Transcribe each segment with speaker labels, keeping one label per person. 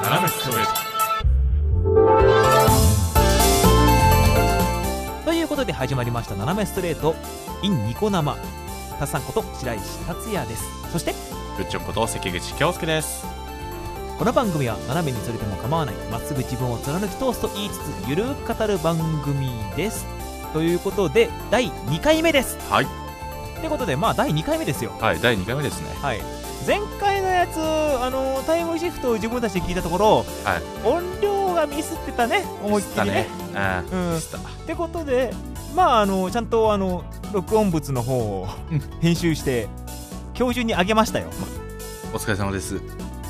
Speaker 1: 斜めストレー
Speaker 2: ということで始まりました斜めストレート in ニコ生たさんこと白石達也ですそして
Speaker 1: トぶっちょんこと関口京介です
Speaker 2: この番組は斜めにそれても構わないまっすぐ自分を貫き通すと言いつつゆるく語る番組ですということで第2回目です
Speaker 1: はい
Speaker 2: ということでまあ第2回目ですよ
Speaker 1: はい第2回目ですね
Speaker 2: はい前回のやつあのタイムシフトを自分たちで聞いたところ、
Speaker 1: はい
Speaker 2: 音量がミスってたね思いっきりね
Speaker 1: ああ
Speaker 2: うん
Speaker 1: ミスった
Speaker 2: ってことでまああのちゃんとあの録音物の方を
Speaker 1: うん
Speaker 2: 編集して今日中に上げましたよ
Speaker 1: お疲れ様です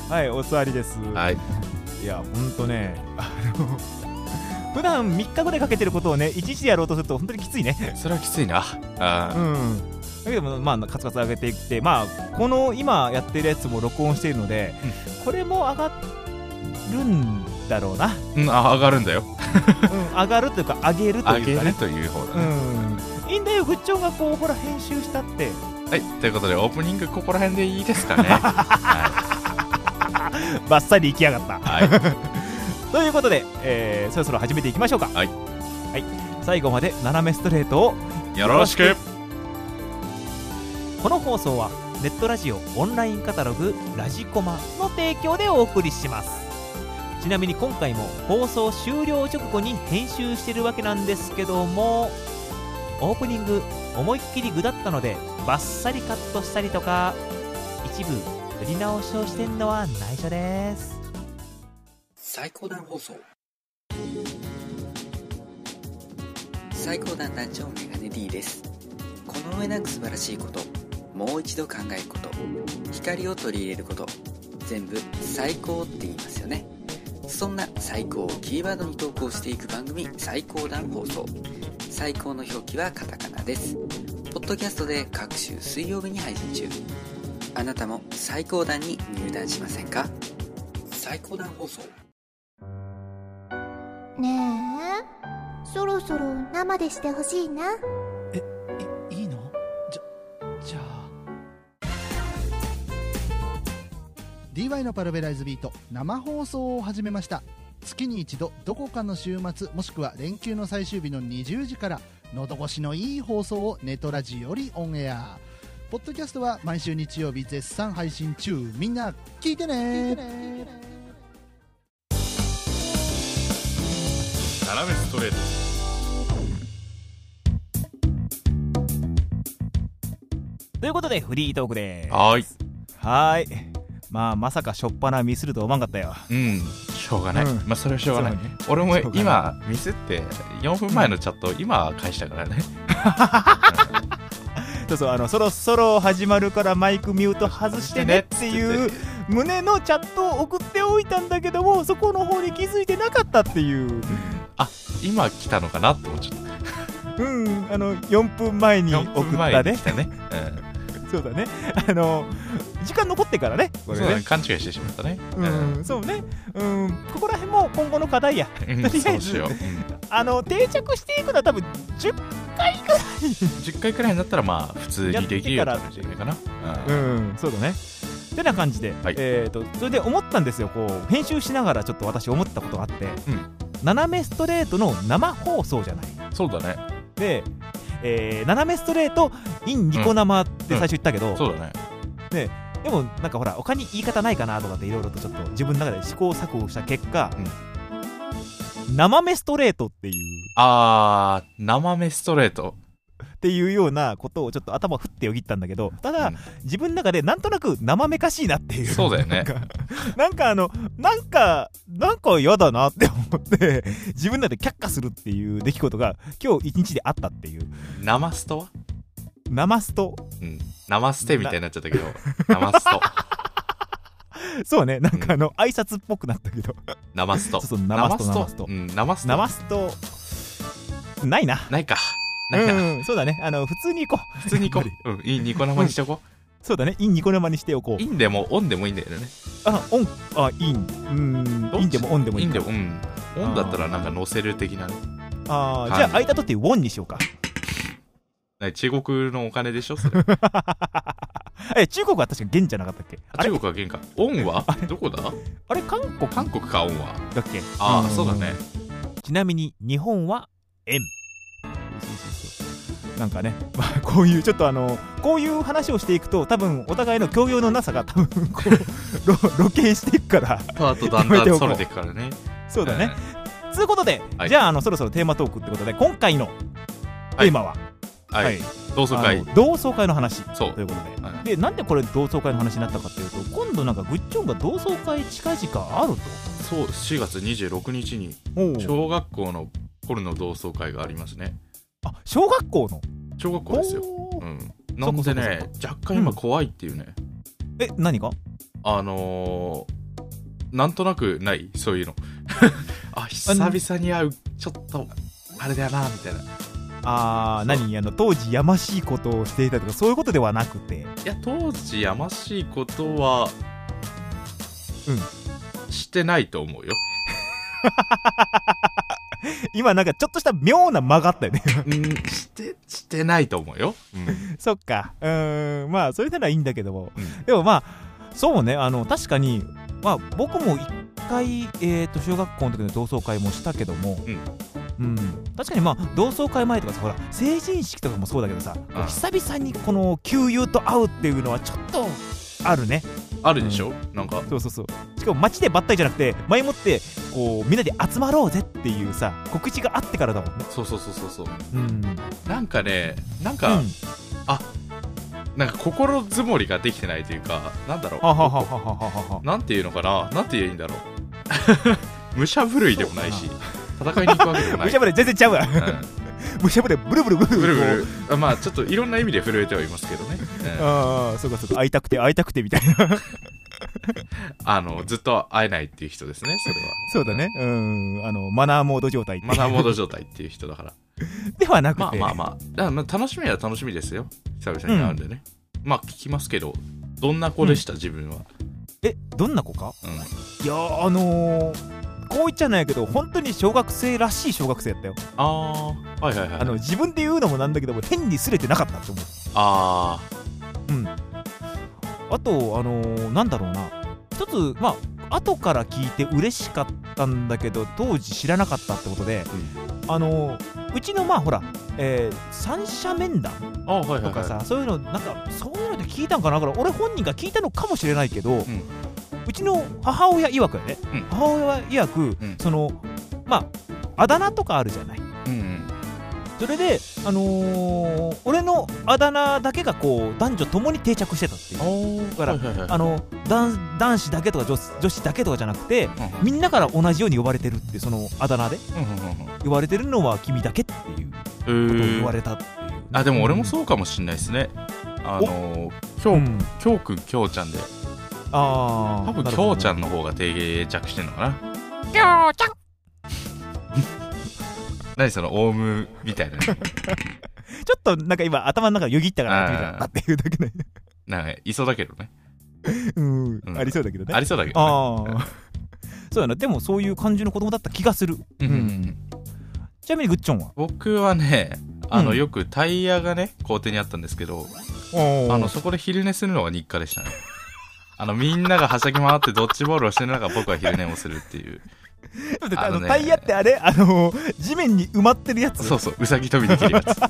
Speaker 2: はいお座りです、
Speaker 1: はい
Speaker 2: い、やほんとねあの普段3日ぐらいかけてることをね1日でやろうとすると本当にきついね
Speaker 1: それはきついなあ
Speaker 2: う
Speaker 1: ー
Speaker 2: んだけどもまあカツカツ上げていってまあこの今やってるやつも録音しているので、これも上がるんだろう な、
Speaker 1: うんあ上がるんだよ
Speaker 2: うん、上がるというか上げると
Speaker 1: 上
Speaker 2: い
Speaker 1: げ
Speaker 2: うか
Speaker 1: る
Speaker 2: ね
Speaker 1: という方だ
Speaker 2: う
Speaker 1: ね
Speaker 2: んいいんだよグッチョンがこうほら編集したって
Speaker 1: はいということでオープニングここら辺でいいですかね は
Speaker 2: バッサリ行きやがった
Speaker 1: いはい
Speaker 2: ということで、えーそろそろ始めていきましょうか
Speaker 1: はい
Speaker 2: はい最後まで斜めストレートを
Speaker 1: よろしく
Speaker 2: この放送はネットラジオオンラインカタログ「ラジコマ」の提供でお送りしますちなみに今回も放送終了直後に編集してるわけなんですけどもオープニング思いっきり具だったのでバッサリカットしたりとか一部振り直しをしてんのは内緒です
Speaker 3: 最高段放送最高段団長メガネ D ですこの上なく素晴らしいこともう一度考えること光を取り入れること全部最高って言いますよねそんな最高をキーワードに投稿していく番組最高段放送最高の表記はカタカナですポッドキャストで各週水曜日に配信中あなたも最高段に入団しませんか最高段放送
Speaker 4: ねえそろそろ生でしてほしいない
Speaker 5: いのじゃじゃあ
Speaker 6: DY のパルベライズビート生放送を始めました月に一度どこかの週末もしくは連休の最終日の20時から喉越しのいい放送をネトラジよりオンエアポッドキャストは毎週日曜日絶賛配信中みんな聞いてね
Speaker 1: 斜めストレート
Speaker 2: ということでフリートークです
Speaker 1: はい
Speaker 2: はーいまあまさかしょっぱなミスるとは思わんかったよ
Speaker 1: うんしょうがない、
Speaker 2: うん
Speaker 1: まあそれはしょうがない、
Speaker 2: そうね
Speaker 1: 俺も
Speaker 2: しょうが
Speaker 1: 今ミスって4分前のチャットを今返したからね、
Speaker 2: そうそうあのそろそろ始まるからマイクミュート外してねっていう胸のチャットを送っておいたんだけどもそこの方に気づいてなかったっていう
Speaker 1: 今来たのかなって思っちゃった
Speaker 2: うんあの4分前に
Speaker 1: 4
Speaker 2: 送っ
Speaker 1: 分前
Speaker 2: た
Speaker 1: に
Speaker 2: ね
Speaker 1: 来た ね、
Speaker 2: そうだねあの時間残ってからね
Speaker 1: う
Speaker 2: こ
Speaker 1: ん、
Speaker 2: れ
Speaker 1: そうだね
Speaker 2: ね
Speaker 1: 勘違いしてしまったね
Speaker 2: うんそうねうんここら辺も今後の課題や
Speaker 1: うん
Speaker 2: とりあ
Speaker 1: そ
Speaker 2: え
Speaker 1: う
Speaker 2: ず
Speaker 1: しよう、うん、
Speaker 2: あの定着していくのは多分10回ぐらい
Speaker 1: 10回くらいになったらまあ普通にできるようになるんじゃないかなうん
Speaker 2: うんそうだねてな感じで、
Speaker 1: はい
Speaker 2: えー、とそれで思ったんですよこう編集しながらちょっと私思ったことがあって、
Speaker 1: うん
Speaker 2: 斜めストレートの生放送じゃない
Speaker 1: そうだね
Speaker 2: で、えー斜めストレート in ニコ生って最初言ったけど、
Speaker 1: そうだね
Speaker 2: でもなんかほら他に言い方ないかなとかっていろいろとちょっと自分の中で試行錯誤した結果、生めストレートっていう
Speaker 1: あー生目ストレート、
Speaker 2: っていうようなことをちょっと頭を振ってよぎったんだけどただ、
Speaker 1: うん
Speaker 2: 自分の中でなんとなく生めかしいなっていう
Speaker 1: そうだよね
Speaker 2: なんかなんかあのなんかなんか嫌だなって思って 自分の中で却下するっていう出来事が今日一日であったっていう
Speaker 1: 生ストは、
Speaker 2: 生スト
Speaker 1: うん、生ステみたいになっちゃったけど生スト
Speaker 2: そうねなんかあの、挨拶っぽくなったけど
Speaker 1: 生スト
Speaker 2: そうそう生スト生スト
Speaker 1: うん生スト
Speaker 2: 生ストないな
Speaker 1: ないかないか、
Speaker 2: うん、そうだねあの普通に行こう
Speaker 1: 普通に行こ
Speaker 2: やっ
Speaker 1: う、うん、いいニコ生にしとこ
Speaker 2: そうだねインニコ生にしておこ
Speaker 1: う
Speaker 2: う
Speaker 1: インでもオンでもいいんだよね
Speaker 2: あオンあインうん
Speaker 1: どっち
Speaker 2: インでもオンでもい
Speaker 1: いい
Speaker 2: い
Speaker 1: ん
Speaker 2: か
Speaker 1: だようんオンだったらなんか載せる的なね
Speaker 2: あ
Speaker 1: は
Speaker 2: ー
Speaker 1: い
Speaker 2: じゃあ空いたとってウォンにしようか
Speaker 1: ね中国のお金でしょそれ
Speaker 2: え中国は確か元じゃなかったっけあれ
Speaker 1: 中国は元かンはどこだ
Speaker 2: あれ韓国
Speaker 1: 韓国かンは
Speaker 2: だっけ
Speaker 1: ああ
Speaker 2: ん
Speaker 1: そうだね
Speaker 2: ちなみに日本は円なんかね、 まあ、こういうちょっとあのこういう話をしていくと多分お互いの教養のなさが多分こう 露露見していくから
Speaker 1: あとだんだんそれていくからね
Speaker 2: そうだね。つうことで、
Speaker 1: はい
Speaker 2: じゃああのそろそろテーマトークってことで今回のテーマは、
Speaker 1: うんはい同窓会
Speaker 2: あの同窓会の話
Speaker 1: そう
Speaker 2: ということで、
Speaker 1: はい
Speaker 2: でなんでこれ同窓会の話になったかっていうと今度なんかグッチョンが同窓会近々あると
Speaker 1: そう4月26日に
Speaker 2: おう
Speaker 1: 小学校の頃の同窓会がありますね
Speaker 2: あ小学校の
Speaker 1: 小学校ですよ、
Speaker 2: お
Speaker 1: う
Speaker 2: ー
Speaker 1: ん、なんで
Speaker 2: そ
Speaker 1: ね若干今怖いっていうね、
Speaker 2: え何が
Speaker 1: あのー、なんとなくないそういうの あ久々に会うちょっとあれだよなみたいない
Speaker 2: あー何あの当時やましいことをしていたとかそういうことではなくて
Speaker 1: や当時やましいことはしてないと思うよ
Speaker 2: 今なんかちょっとした妙な間があったよ ね
Speaker 1: うんしてしてないと思うよ、うん
Speaker 2: そっかうーんまあそれならいいんだけども、
Speaker 1: うん
Speaker 2: でもまあそうねあの確かに、まあ、僕も一回、えー、と小学校の時の同窓会もしたけども、うん確かにまあ同窓会前とかさほら成人式とかもそうだけどさ
Speaker 1: ああ
Speaker 2: 久々にこの旧友と会うっていうのはちょっとあるね
Speaker 1: あるでしょ、なんか
Speaker 2: そうそうそうしかも街でばったりじゃなくて前もってこうみんなで集まろうぜっていうさ告知があってからだもんね
Speaker 1: そうそうそうそうそう
Speaker 2: うん
Speaker 1: なんかねなんか、
Speaker 2: うん
Speaker 1: なんか心づもりができてないというかなんだろう
Speaker 2: ははははははは
Speaker 1: なんていうのかななんて言えばいいんだろう 武者震いでもないし戦いに行くわけでもない
Speaker 2: むしゃぶれ全然ちゃうわ
Speaker 1: うん
Speaker 2: むしゃぶれブルブルブル
Speaker 1: ブルブ
Speaker 2: こう
Speaker 1: ルあまあちょっといろんな意味で震えてはいますけどね、うん
Speaker 2: ああそうかそうか会いたくて会いたくてみたいな
Speaker 1: あのずっと会えないっていう人ですねそれは
Speaker 2: そうだねうんあのマナーモード状態
Speaker 1: マナーモード状態っていう人だから
Speaker 2: ではなく て
Speaker 1: まあまあまあだからまあ楽しみは楽しみですよ久々に会うんでね、まあ聞きますけどどんな子でした、自分は、
Speaker 2: えどんな子か
Speaker 1: うん、
Speaker 2: いやーあのーこう言っちゃないけど本当に小学生らしい小学生だったよ
Speaker 1: ああーはいはいはい
Speaker 2: あの自分で言うのもなんだけども変にすれてなかったと思う
Speaker 1: あ
Speaker 2: あとあのーなんだろうな一つまあ後から聞いて嬉しかったんだけど当時知らなかったってことで、あのーうちのまあほら、えー三者面談
Speaker 1: ーあーはいはい、は
Speaker 2: と
Speaker 1: い、
Speaker 2: かさ、そういうのなんかそういうので聞いたんかなだから俺本人が聞いたのかもしれないけど、うちの母親曰くやね、
Speaker 1: うん
Speaker 2: 母親曰く、
Speaker 1: ん
Speaker 2: そのまああだ名とかあるじゃない
Speaker 1: うんうん
Speaker 2: それであのー俺のあだ名だけがこう男女ともに定着してたっていうだから、
Speaker 1: はいはいはい
Speaker 2: あの男男子だけとか女子女子だけとかじゃなくて
Speaker 1: うん
Speaker 2: みんなから同じように呼ばれてるってそのあだ名で
Speaker 1: う
Speaker 2: 呼ばれてるのは君だけっていうこ
Speaker 1: んうんう
Speaker 2: とを
Speaker 1: ん
Speaker 2: 言
Speaker 1: う
Speaker 2: わ
Speaker 1: ーん
Speaker 2: れたっていう、
Speaker 1: あでも俺もそうかもしんないですねあのきょ
Speaker 2: う
Speaker 1: うんきょうくんきょうちゃんで
Speaker 2: あ
Speaker 1: 多
Speaker 2: あ
Speaker 1: 分きょうちゃんの方が定着してんのかなきょうちゃん 何そのオウムみたいな
Speaker 2: ちょっとなんか今頭の中よぎったからみたいなっていうだけね、
Speaker 1: なんかいそうだけどね
Speaker 2: うん
Speaker 1: ん
Speaker 2: ありそうだけどね
Speaker 1: ありそうだけどね
Speaker 2: ああ そうやなでもそういう感じの子供だった気がする
Speaker 1: うん
Speaker 2: うちなみにグッチョンは
Speaker 1: 僕はねあの、
Speaker 2: うん
Speaker 1: よくタイヤがね校庭にあったんですけどあのそこで昼寝するのが日課でしたね あのみんながはしゃぎ回ってドッジボールをしてる中僕は昼寝をするっていう
Speaker 2: だってあ
Speaker 1: あ
Speaker 2: の
Speaker 1: のね
Speaker 2: タイヤってあれあの地面に埋まってるやつ
Speaker 1: そうそううさぎ跳びできるやつ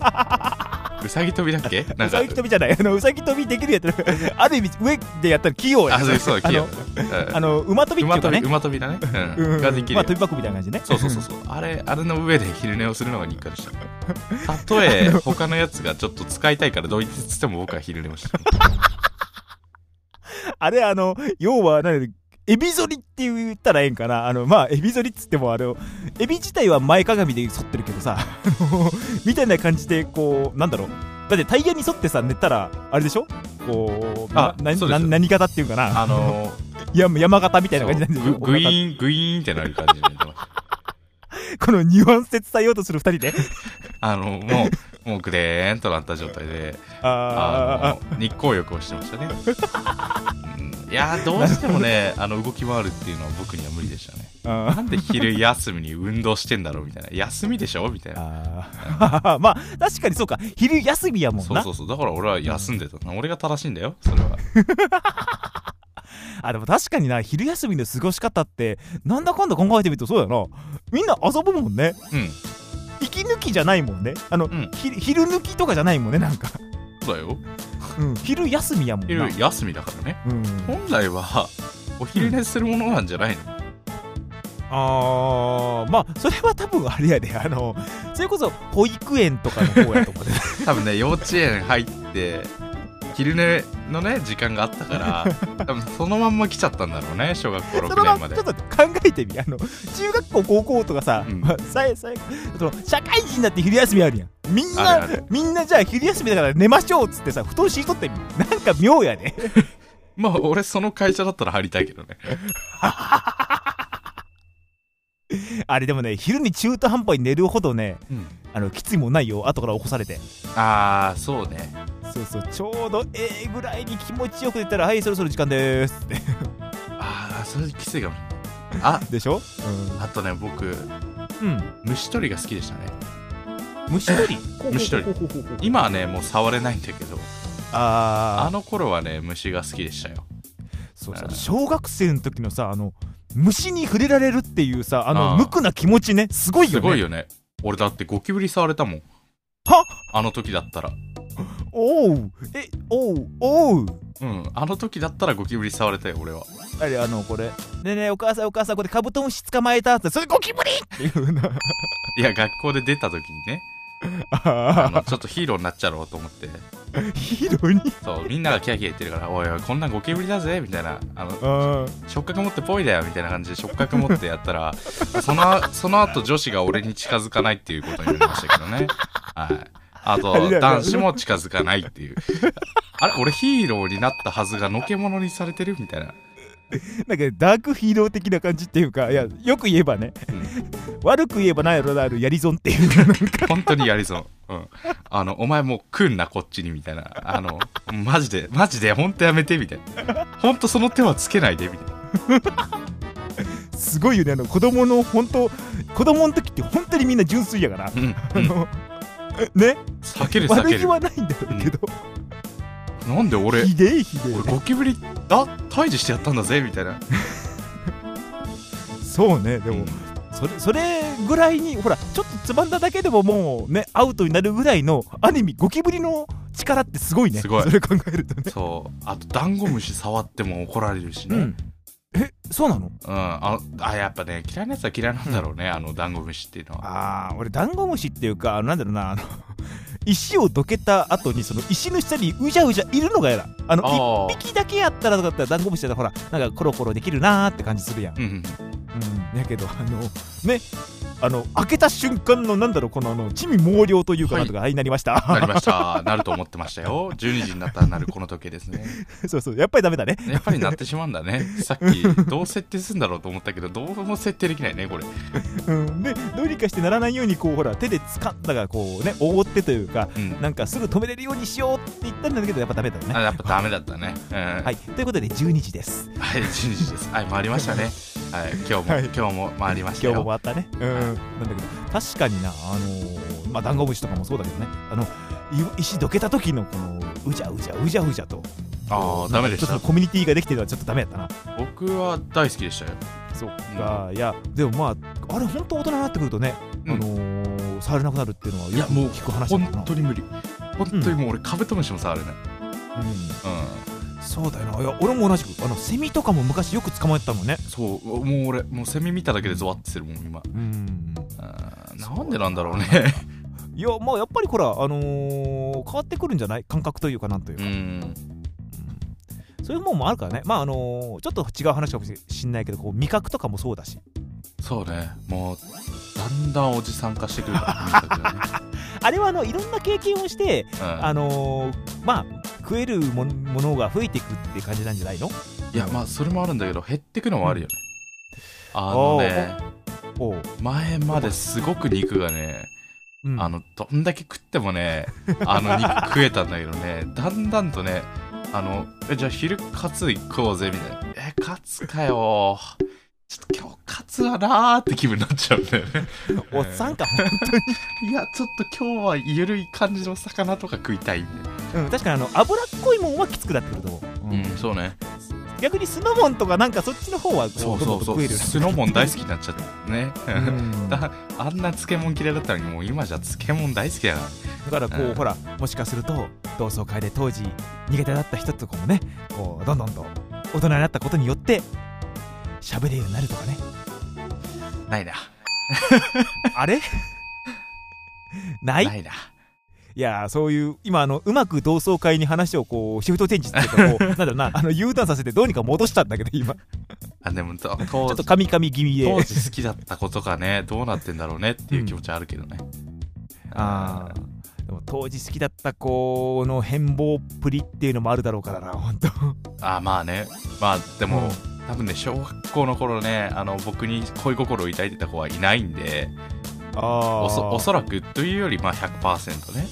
Speaker 1: うさぎ跳びだっけな
Speaker 2: うん
Speaker 1: か
Speaker 2: さぎ跳びじゃないあのうさぎ跳びできるやつ ある意味上でやったら器用や
Speaker 1: あそうそう
Speaker 2: あ
Speaker 1: 器用
Speaker 2: の
Speaker 1: だね
Speaker 2: あの馬跳び
Speaker 1: うん
Speaker 2: ってい
Speaker 1: 馬
Speaker 2: うか
Speaker 1: 跳び
Speaker 2: ね
Speaker 1: 馬跳びだねう
Speaker 2: うんん
Speaker 1: ができる
Speaker 2: ま
Speaker 1: や
Speaker 2: あ
Speaker 1: つ
Speaker 2: 跳び箱みたいな感じね
Speaker 1: そうそうそうそう。あれ、あれの上で昼寝をするのが日課でした。 たとえ、他のやつがちょっと使いたいからどいてつっても僕は昼寝をした。
Speaker 2: あれあの要は何エビ反りって言ったらええんかなあのまあエビ反りっつってもあれエビ自体は前かがみで反ってるけどさあのみたいな感じでこうなんだろうだってタイヤに沿ってさ寝たらあれでしょこう
Speaker 1: あ
Speaker 2: な
Speaker 1: そうです
Speaker 2: 何何何型っていうかな
Speaker 1: あ の
Speaker 2: 山山形みたいな感じなんです
Speaker 1: ー、
Speaker 2: よ
Speaker 1: ググイーン、グイーンってなる感じで寝てました。
Speaker 2: このニュアンスで伝えようとする 二人で
Speaker 1: あの、もう、もうグレーンとなった状態で、
Speaker 2: あ
Speaker 1: あの、日光浴をしてましたね。うんいやーどうしてもねあの動き回るっていうのは僕には無理でしたね
Speaker 2: あ
Speaker 1: なんで昼休みに運動してんだろうみたいな休みでしょみたいな
Speaker 2: あ まあ確かにそうか昼休みやもん
Speaker 1: そう
Speaker 2: な
Speaker 1: そうそうだから俺は休んでた、俺が正しいんだよそれは
Speaker 2: あでも確かにな昼休みの過ごし方ってなんだかんだ考えてみるとそうやなみんな遊ぶもんね
Speaker 1: うん
Speaker 2: 息抜きじゃないもんねあの、
Speaker 1: ん
Speaker 2: ひ昼抜きとかじゃないもんねなんか、
Speaker 1: そうだよ
Speaker 2: うん、昼休みやもんな
Speaker 1: 昼休みだからね
Speaker 2: うん、
Speaker 1: 本来はお昼寝するものなんじゃないの、
Speaker 2: あーまあそれは多分あれやであのそれこそ保育園とかの方やと思うね
Speaker 1: 多分ね幼稚園入って昼寝のね時間があったから多分そのまんま来ちゃったんだろうね小学校
Speaker 2: そ
Speaker 1: 6
Speaker 2: のま
Speaker 1: 年
Speaker 2: ま
Speaker 1: ま
Speaker 2: ち
Speaker 1: で
Speaker 2: ょっと考えてみあの中学校高校とかさ、
Speaker 1: うん
Speaker 2: さえさえその社会人だって昼休みあるやんみんな
Speaker 1: あるあ
Speaker 2: みんなじゃあ昼休みだから寝ましょうっつってさ布団敷いとってみなんか妙やね
Speaker 1: まあ俺その会社だったら入りたいけどね
Speaker 2: あれでもね昼に中途半端に寝るほどね
Speaker 1: うん
Speaker 2: あのきついもんないよ後から起こされて
Speaker 1: ああそうね
Speaker 2: そうそうちょうどええぐらいに気持ちよく寝たらはいそろそろ時間でーすって
Speaker 1: ああそれきついかもあ
Speaker 2: でしょ
Speaker 1: あとね僕
Speaker 2: うん、うん、
Speaker 1: 虫取りが好きでしたね
Speaker 2: 虫取り
Speaker 1: 虫取り今はねもう触れないんだけど
Speaker 2: あ
Speaker 1: あ
Speaker 2: あ
Speaker 1: の頃はね虫が好きでしたよ
Speaker 2: そうさ小学生の時のさあの虫に触れられるっていうさあ
Speaker 1: あ
Speaker 2: の
Speaker 1: ー
Speaker 2: 無垢な気持ちねすごいよね
Speaker 1: すごいよね俺だってゴキブリ触れたもん
Speaker 2: は
Speaker 1: あの時だったら
Speaker 2: おうえおうおう
Speaker 1: うんあの時だったらゴキブリ触れたよ俺は
Speaker 2: あれあのこれねえねえお母さんお母さんこれカブトムシ捕まえたってそれゴキブリってい うない
Speaker 1: や学校で出た時に ねあの
Speaker 2: あ
Speaker 1: ちょっとヒーローになっちゃろうと思って
Speaker 2: ーヒーローに
Speaker 1: そうみんながキャーキャー言ってるから「おいおいこんなんゴキブリだぜ」みたいなあの
Speaker 2: あ
Speaker 1: 触覚持ってぽいだよみたいな感じで触覚持ってやったら そのその後女子が俺に近づかないっていうことになりましたけどねはいあ
Speaker 2: あれだよ
Speaker 1: と
Speaker 2: ね
Speaker 1: 男子も近づかないっていうあれ俺ヒーローになったはずがのけ者にされてるみたいな
Speaker 2: なんかダークヒーロー的な感じっていうかいやよく言えばね、悪く言えばなんやろなあるやり損っていうかなんか
Speaker 1: 本当にやりそう、うん、あのお前もう来んなこっちにみたいなあのマジでマジで本当やめてみたいな本当その手はつけないでみたいな
Speaker 2: すごいよねあの子供の本当子供の時って本当にみんな純粋やから、
Speaker 1: うん、うん、
Speaker 2: あのね
Speaker 1: 避ける避
Speaker 2: 悪
Speaker 1: け
Speaker 2: 気
Speaker 1: る
Speaker 2: はないんだろうけど、
Speaker 1: なんで俺
Speaker 2: ひでえひで
Speaker 1: 俺ゴキブリだ退治してやったんだぜみたいな
Speaker 2: えそうねで
Speaker 1: で
Speaker 2: も、それそれぐらいにほらちょっとつまんだだけでももうねアウトになるぐらいのアニメゴキブリの力ってすごいね
Speaker 1: すごい
Speaker 2: それ考えるとね
Speaker 1: そうあとダンゴムシ触っても怒られるしね、
Speaker 2: う
Speaker 1: うん
Speaker 2: んえそうなの
Speaker 1: あのあやっぱね嫌いなやつは嫌いなんだろうね、あのダンゴムシっていうのは
Speaker 2: ああ俺ダンゴムシっていうかあのなんだろうなあの 石をどけた後にその石の下にうじゃうじゃいるのがやだあの一
Speaker 1: ああ
Speaker 2: 匹だけやったらとかだったらダンゴムシだったらほらなんかコロコロできるなーって感じするやん
Speaker 1: うんうん
Speaker 2: うん、やけどあのねあの開けた瞬間のなんだろうこのあの地味猛量というか
Speaker 1: はい
Speaker 2: なんとか、はい、なりまし
Speaker 1: なり
Speaker 2: た
Speaker 1: ました なると思ってましたよ12時になったらなるこの時計 ですね
Speaker 2: そうそうやっぱりダメだね
Speaker 1: やっぱりなってしまうんだねさっきどう設定するんだろうと思ったけどどうも設定できないねこれ
Speaker 2: うんでどうにかしてならないようにこうほら手で掴んだがこうね覆ってというか
Speaker 1: うん
Speaker 2: なんかすぐ止めれるようにしようって言ったんだけどやっぱダメだよ
Speaker 1: あ
Speaker 2: ね
Speaker 1: やっぱダメだったねうんは、
Speaker 2: はいいということで12時です
Speaker 1: 12時ですはい回りましたねはい今日も、
Speaker 2: はい
Speaker 1: 今日も回りました
Speaker 2: 今
Speaker 1: よ
Speaker 2: 日も終わったねうんなんだけど確かになあのーまあダンゴムシとかもそうだけどねあのい石どけた時のこのうじゃうじゃうじゃうじゃと
Speaker 1: ああダメでし
Speaker 2: ちょ
Speaker 1: た
Speaker 2: っとコミュニティができてるのはちょっとダメだったな
Speaker 1: 僕は大好きでしたよ
Speaker 2: そっか、いやでもまああれ本当大人になってくるとね、
Speaker 1: うん
Speaker 2: あのー触れなくなるっていうのはいよ
Speaker 1: や
Speaker 2: く
Speaker 1: もう
Speaker 2: 聞く話だ
Speaker 1: 本
Speaker 2: な
Speaker 1: 当に無理本当にもう俺カブトムシも触れない
Speaker 2: うん
Speaker 1: うん
Speaker 2: そうだよないや俺も同じくあのセミとかも昔よく捕まえてたもんね
Speaker 1: そうもう俺もうセミ見ただけでゾワッてするもん今
Speaker 2: うん
Speaker 1: あーなんでなんだろうね
Speaker 2: いやまあやっぱりほらあのー変わってくるんじゃない感覚というかなんという
Speaker 1: う
Speaker 2: か、
Speaker 1: ん
Speaker 2: そういうもんもあるからねまああのーちょっと違う話かもしんないけどこう味覚とかもそうだし
Speaker 1: そうねもうだんだんおじさん化してくるからとにかくね
Speaker 2: あれはあのいろんな経験をして、
Speaker 1: うん
Speaker 2: あのーまあ食えるもものが増えていくって感じなんじゃないの
Speaker 1: いやまあそれもあるんだけど減ってくのもあるよね、あのね
Speaker 2: おう、
Speaker 1: 前まですごく肉がね、
Speaker 2: う ん
Speaker 1: あのどんだけ食ってもねあの肉食えたんだけどねだんだんとねあの、え、じゃあ昼カツ食おうぜ、みたいな。え、カツかよちょっと今日カツはなーって気分になっちゃうんだよね。
Speaker 2: おっさんか、
Speaker 1: いや、ちょっと今日はゆるい感じの魚とか食いたいみたいな。
Speaker 2: うん、確かにあの脂っこいもんはきつくなってると思う、
Speaker 1: うん、そうね。
Speaker 2: 逆に酢の物とかなんかそっちの方はこ
Speaker 1: そうそうそう。酢の物大好きになっちゃったね。
Speaker 2: うんだ
Speaker 1: だ あんな漬物嫌いだったのに、もう今じゃ漬物大好きだから。
Speaker 2: からこう、
Speaker 1: うん
Speaker 2: ほらもしかすると同窓会で当時苦手だった人とかもねこうどんどんと大人になったことによって喋れるようになるとかね
Speaker 1: ないな。
Speaker 2: あれない
Speaker 1: ないな。
Speaker 2: いやーそういう今あのうまく同窓会に話をこうシフトチェンジっていう かこうなんだろうなあの U ターンさせてどうにか戻したんだけど今ち
Speaker 1: あ、 でも、と
Speaker 2: ょ
Speaker 1: 当
Speaker 2: っと
Speaker 1: 時
Speaker 2: カミカミ気味で
Speaker 1: 当時好きだったことがね、どうなってんだろうねっていう気持ちはあるけどね。
Speaker 2: あーでも当時好きだった子の変貌っぷりっていうのもあるだろうからな本当
Speaker 1: あーまあねまあでも、多分ね小学校の頃ねあの僕に恋心を抱いてた子はいないんで
Speaker 2: あ
Speaker 1: おそおそらくというよりまあ100%ね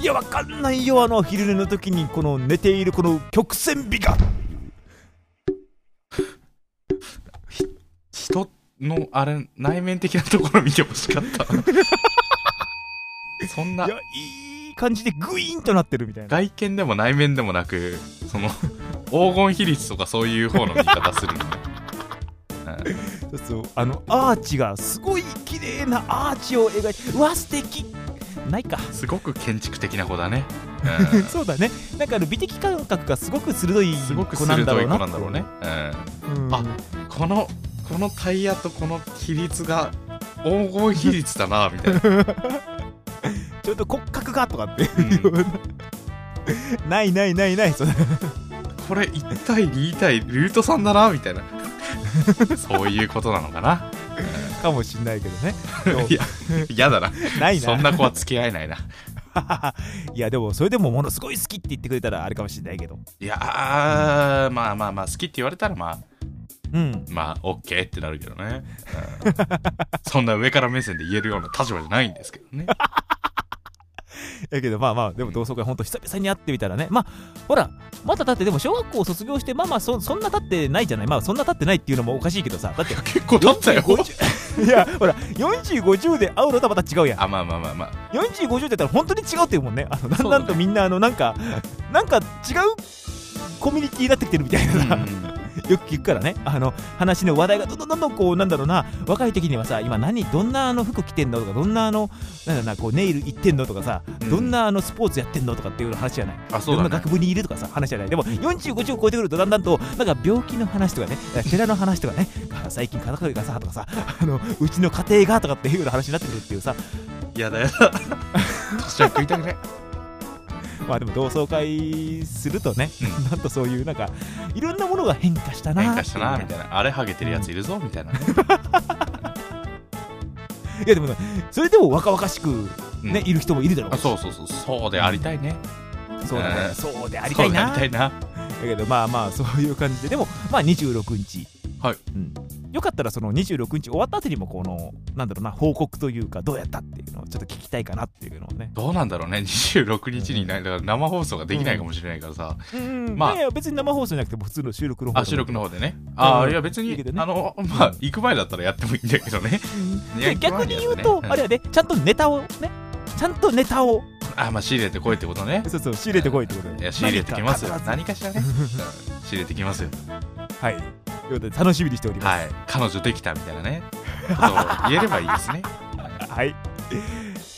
Speaker 2: いやわかんないよあの昼寝の時にこの寝ているこの曲線美が
Speaker 1: 人のあれ内面的なところ見てほしかった そんない
Speaker 2: やいい感じでグイーンとなってるみたいな
Speaker 1: 外見でも内面でもなくその黄金比率とかそういう方の見方する のね、うん
Speaker 2: そうそうあのアーチがすごい綺麗なアーチを描いてうわ素敵ないか
Speaker 1: すごく建築的な子だね、うん
Speaker 2: そうだねなんかあの美的感覚がすごく鋭い
Speaker 1: すごく鋭
Speaker 2: 子ないんだろう
Speaker 1: 子
Speaker 2: な
Speaker 1: なんだろうね、うん
Speaker 2: うん
Speaker 1: あこのこのタイヤとこの比率が黄金比率だなみ たいな、
Speaker 2: ちょっと骨格がとかって
Speaker 1: うん
Speaker 2: ないないないないそんな
Speaker 1: これ1対2対ルート3だなみたい なそういうことなのかな
Speaker 2: かもしんないけど ね
Speaker 1: いや 嫌だな
Speaker 2: ないな
Speaker 1: そんな子は付き合えないない
Speaker 2: やでもそれでもものすごい好きって言ってくれたらあれかもしんないけど
Speaker 1: いやーまあまあまあ好きって言われたらまあ
Speaker 2: うん
Speaker 1: まあ OK ってなるけどね、 うんそんな上から目線で言えるような立場じゃないんですけど ね
Speaker 2: やけどまあまあでも同窓会ほんと久々に会ってみたらねまあほらまだだってでも小学校を卒業してまあまあそそんな経ってないじゃないまあそんな経ってないっていうのもおかしいけどさ だって
Speaker 1: 結構だったよ
Speaker 2: いやほら4050で会うのとはまた違うやん
Speaker 1: あまあまあまあまあ
Speaker 2: 4050って言ったら本当に違うっていうもんねあのだん
Speaker 1: そう
Speaker 2: だ
Speaker 1: だ
Speaker 2: ん
Speaker 1: ね
Speaker 2: とみんなあのなんか、なんか違うコミュニティになってきてるみたいなさ、
Speaker 1: うん
Speaker 2: よく聞くからねあの話の話題がどんどんどんどんこうなんだろうな若い時にはさ今何どんなあの服着てんのとかどんなあのなんだろうなこうネイル行ってんのとかさ、
Speaker 1: うん
Speaker 2: どんなあのスポーツやってんのとかっていう話じゃない
Speaker 1: あそう
Speaker 2: どん
Speaker 1: だ
Speaker 2: な
Speaker 1: ね
Speaker 2: 学部にいるとかさ話じゃないでも4050超えてくるとだんだんとなんか病気の話とかね寺の話とかね あ最近肩こりがさとかさあのうちの家庭がとかっていうような話になってくるっていうさ
Speaker 1: や だやだ年は食いたくない
Speaker 2: まあでも同窓会するとね、
Speaker 1: う
Speaker 2: なんとそういうなんかいろんなものが変化したな
Speaker 1: 変化したなみた
Speaker 2: い
Speaker 1: いなあれハゲてるやついるぞみたいな、
Speaker 2: いやでもねそれでも若々しくね、いる人もいるだろう
Speaker 1: あそうそうそうそうでありたいね
Speaker 2: そうだね、
Speaker 1: うん
Speaker 2: そうでありたい
Speaker 1: そうで
Speaker 2: な
Speaker 1: ありたいな
Speaker 2: だけどまあまあそういう感じででもまあ26日
Speaker 1: はい、
Speaker 2: うん、よかったらその26日終わった後にもこのなんだろうな報告というかどうやったっていうのをちょっと聞きたいかなっていうのをね
Speaker 1: どうなんだろうね26日にないだから生放送ができないかもしれないからさ、
Speaker 2: うん
Speaker 1: まあ
Speaker 2: いやいや別に生放送じゃなくても普通の収録の方
Speaker 1: あ収録の方でねあ
Speaker 2: う
Speaker 1: あ
Speaker 2: ん
Speaker 1: いや別に
Speaker 2: いいけどね
Speaker 1: あのまあ行く前だったらやってもいいんだけど ねいや
Speaker 2: で逆に言
Speaker 1: 行く前にやっ
Speaker 2: うと、
Speaker 1: てね
Speaker 2: あれはねちゃんとネタをねちゃんとネタを
Speaker 1: あまあ仕入れてこいってことね
Speaker 2: そうそう仕入れてこいってことで
Speaker 1: いや仕入れてきますよ
Speaker 2: 何か
Speaker 1: 何かしらね、うん仕入れてきます よ
Speaker 2: 必ずはいということで楽しみにしております
Speaker 1: はい彼女できたみたいなねことを言えればいいです ね
Speaker 2: はい。っ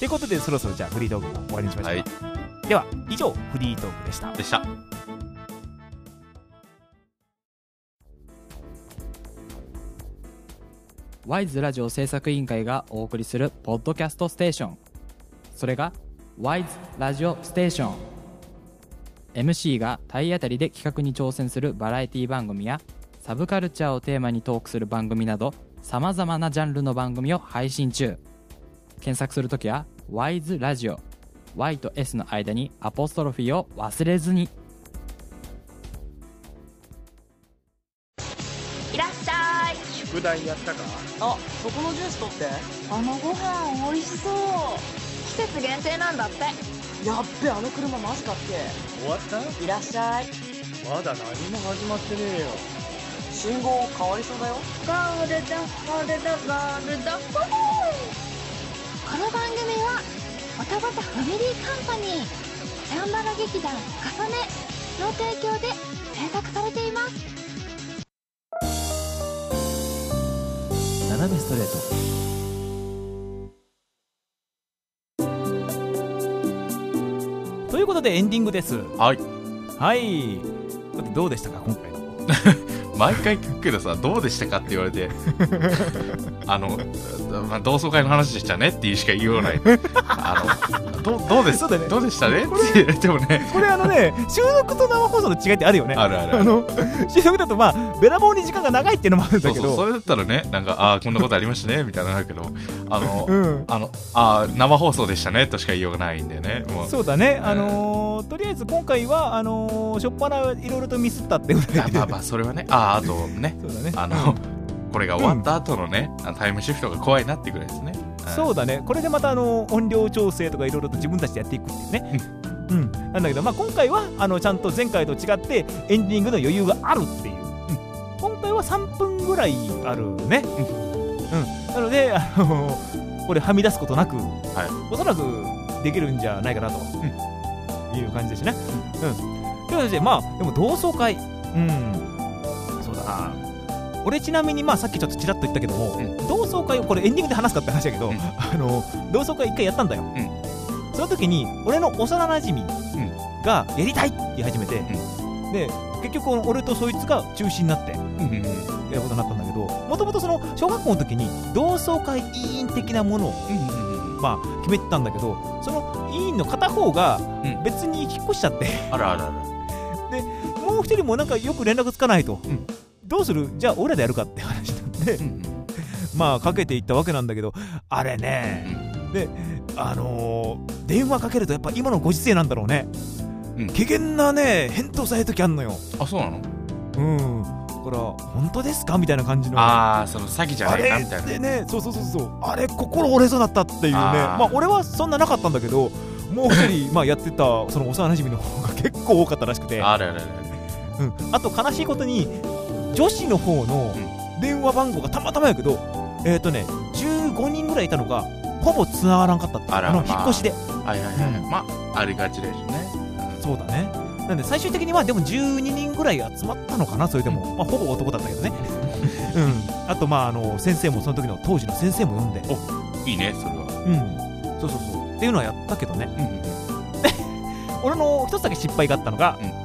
Speaker 2: てことでそろそろじゃあフリートークも終わりにしましょう、
Speaker 1: はい
Speaker 2: では以上フリートークでした
Speaker 1: でした
Speaker 7: ワイズラジオ制作委員会がお送りするポッドキャストステーションそれがワイズラジオステーション MC が体当たりで企画に挑戦するバラエティ番組やサブカルチャーをテーマにトークする番組などさまざまなジャンルの番組を配信中検索するときはワイズラジオ Y と S の間にアポストロフィーを忘れずに
Speaker 8: いらっしゃい
Speaker 9: 宿題やったか
Speaker 8: あそこのジュース取ってあのご飯美味しそう季節限定なんだってやっべあの車マジかっ
Speaker 9: 終わった
Speaker 8: けいらっしゃい
Speaker 5: まだ何も始まってねえよ
Speaker 8: 信号変わりそうだよ
Speaker 4: ゴールドゴールドゴールドホーこの番組はオタバタファミリーカンパニーチャンバラ劇団かさねの提供で制作されています
Speaker 7: 斜めストレート
Speaker 2: ということでエンディングです
Speaker 1: はい
Speaker 2: はいだってどうでしたか今回の
Speaker 1: 毎回聞くけどさどうでしたかって言われ てあの、まあ、同窓会の話でしたねっていうしか言いよう ないあのどどうです
Speaker 2: そうだね
Speaker 1: どうでしたねって言われてもね
Speaker 2: これあの ね収録と生放送の違いってあるよね
Speaker 1: あるあるある
Speaker 2: の収録だとまあべらぼうに時間が長いっていうのもあるん
Speaker 1: そ
Speaker 2: だ
Speaker 1: う
Speaker 2: け
Speaker 1: そうそ
Speaker 2: ど
Speaker 1: れだったらねなんかああこんなことありま したねみたいなのあるけどあの、
Speaker 2: うん
Speaker 1: あのあー生放送でしたねとしか言いようがないんだよねもう
Speaker 2: そうだね、
Speaker 1: ん
Speaker 2: あのーとりあえず今回はあのー、しょっぱないろいろとミスったってぐら
Speaker 1: あ
Speaker 2: いで
Speaker 1: まあまあそれはねあああとね
Speaker 2: そうだね
Speaker 1: あのこれが終わった後のね、あのタイムシフトが怖いなってぐらいですね、
Speaker 2: そうだねこれでまたあの音量調整とかいろいろと自分たちでやっていくっていうね、うん、なんだけど、まあ、今回はあのちゃんと前回と違ってエンディングの余裕があるっていう、今回は3分ぐらいあるね、うん、なので、あのこれはみ出すことなく、おそらくできるんじゃないかなと、いう感じですね、うんということでまあでも同窓会うんそうだな俺ちなみにまあさっきちょっとちらっと言ったけども、
Speaker 1: うん
Speaker 2: 同窓会をこれエンディングで話すかって話だけど、
Speaker 1: うん
Speaker 2: あの同窓会一回やったんだよ、
Speaker 1: う
Speaker 2: その時に俺の幼なじみがやりたいって言い始めて、で結局俺とそいつが中止になって
Speaker 1: うん、うんうんうん
Speaker 2: やることになったんだけどもともとその小学校の時に同窓会委員的なものを
Speaker 1: うんうん
Speaker 2: まあ決めてたんだけどその委員の片方が
Speaker 1: うん
Speaker 2: 別に引っ越しちゃって、
Speaker 1: あらあらあら
Speaker 2: もう一人もなんかよく連絡つかないと、
Speaker 1: うん
Speaker 2: どうするじゃあ俺らでやるかって話になって、
Speaker 1: うん
Speaker 2: まあかけていったわけなんだけどあれね、であのー電話かけるとやっぱ今のご時世なんだろうね、
Speaker 1: うん
Speaker 2: 危険なね返答される時あんのよ
Speaker 1: うんあそうなの
Speaker 2: うんだから本当ですかみたいな感じの
Speaker 1: ああその詐欺じゃ
Speaker 2: あ
Speaker 1: ないか
Speaker 2: れ
Speaker 1: みたいな
Speaker 2: でねそうそうそうそうあれ心折れそうだったっていうね
Speaker 1: あー
Speaker 2: まあ俺はそんななかったんだけどもう一 人まあやってたその幼馴染の方が結構多かったらしくて
Speaker 1: あらあらあら
Speaker 2: うん、あと悲しいことに女子の方の電話番号がたまたまやけど、えっ、とね15人ぐらいいたのがほぼ繋がらんかったって
Speaker 1: あらま
Speaker 2: の
Speaker 1: あ
Speaker 2: 引っ越しで
Speaker 1: はいはいはい、
Speaker 2: う
Speaker 1: まあありがちですね
Speaker 2: そうだねなんで最終的にはでも12人ぐらい集まったのかなそれでも、まあ、ほぼ男だったけど ねうんあとまああの先生もその時の当時の先生も読んで
Speaker 1: いいねそれは
Speaker 2: うんそうそうそうっていうのはやったけどね
Speaker 1: うんうん
Speaker 2: 俺の一つだけ失敗があったのが、
Speaker 1: う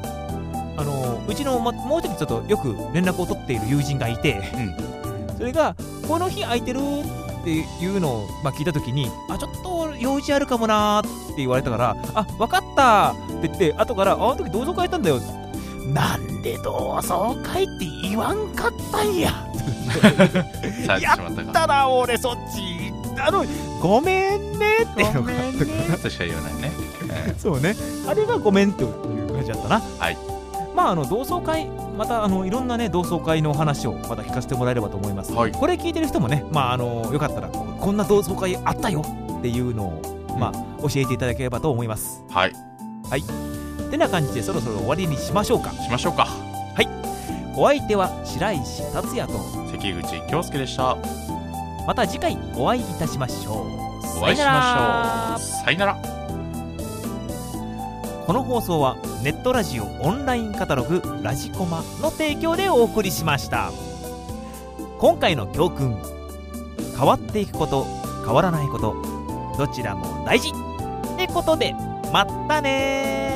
Speaker 2: あのうちの、ま、もう一人ちょっとよく連絡を取っている友人がいて、それが「この日空いてる?」っていうのを、まあ、聞いた時に「あちょっと用事あるかもな」って言われたから「あ分かった」って言って後から「ああの時同窓会やったんだよ」なんで同窓会って言わんかったんや」
Speaker 1: されてしまった
Speaker 2: だ
Speaker 1: か
Speaker 2: ったら俺そっちあのごめんねっていうのがあったから
Speaker 1: としか言わないね
Speaker 2: そうね、あれがごめんという感じだったな。
Speaker 1: はい。
Speaker 2: まあ、あの同窓会、またあのいろんなね同窓会のお話をまた聞かせてもらえればと思います。
Speaker 1: はい
Speaker 2: これ聞いてる人もね、まああのよかったらこうこんな同窓会あったよっていうのをまあ教えていただければと思います。
Speaker 1: はい
Speaker 2: てな感じでそろそろ終わりにしましょうか。
Speaker 1: しましょうか
Speaker 2: お相手は白石達也と、
Speaker 1: 関口京介でした
Speaker 2: また次回お会いいたしましょう。
Speaker 1: お会いし
Speaker 2: さよな
Speaker 1: ま
Speaker 2: ら
Speaker 1: しょうさよなら
Speaker 2: この放送はネットラジオオンラインカタログ「ラジコマ」の提供でお送りしました今回の教訓変わっていくこと変わらないことどちらも大事ってことでまったねー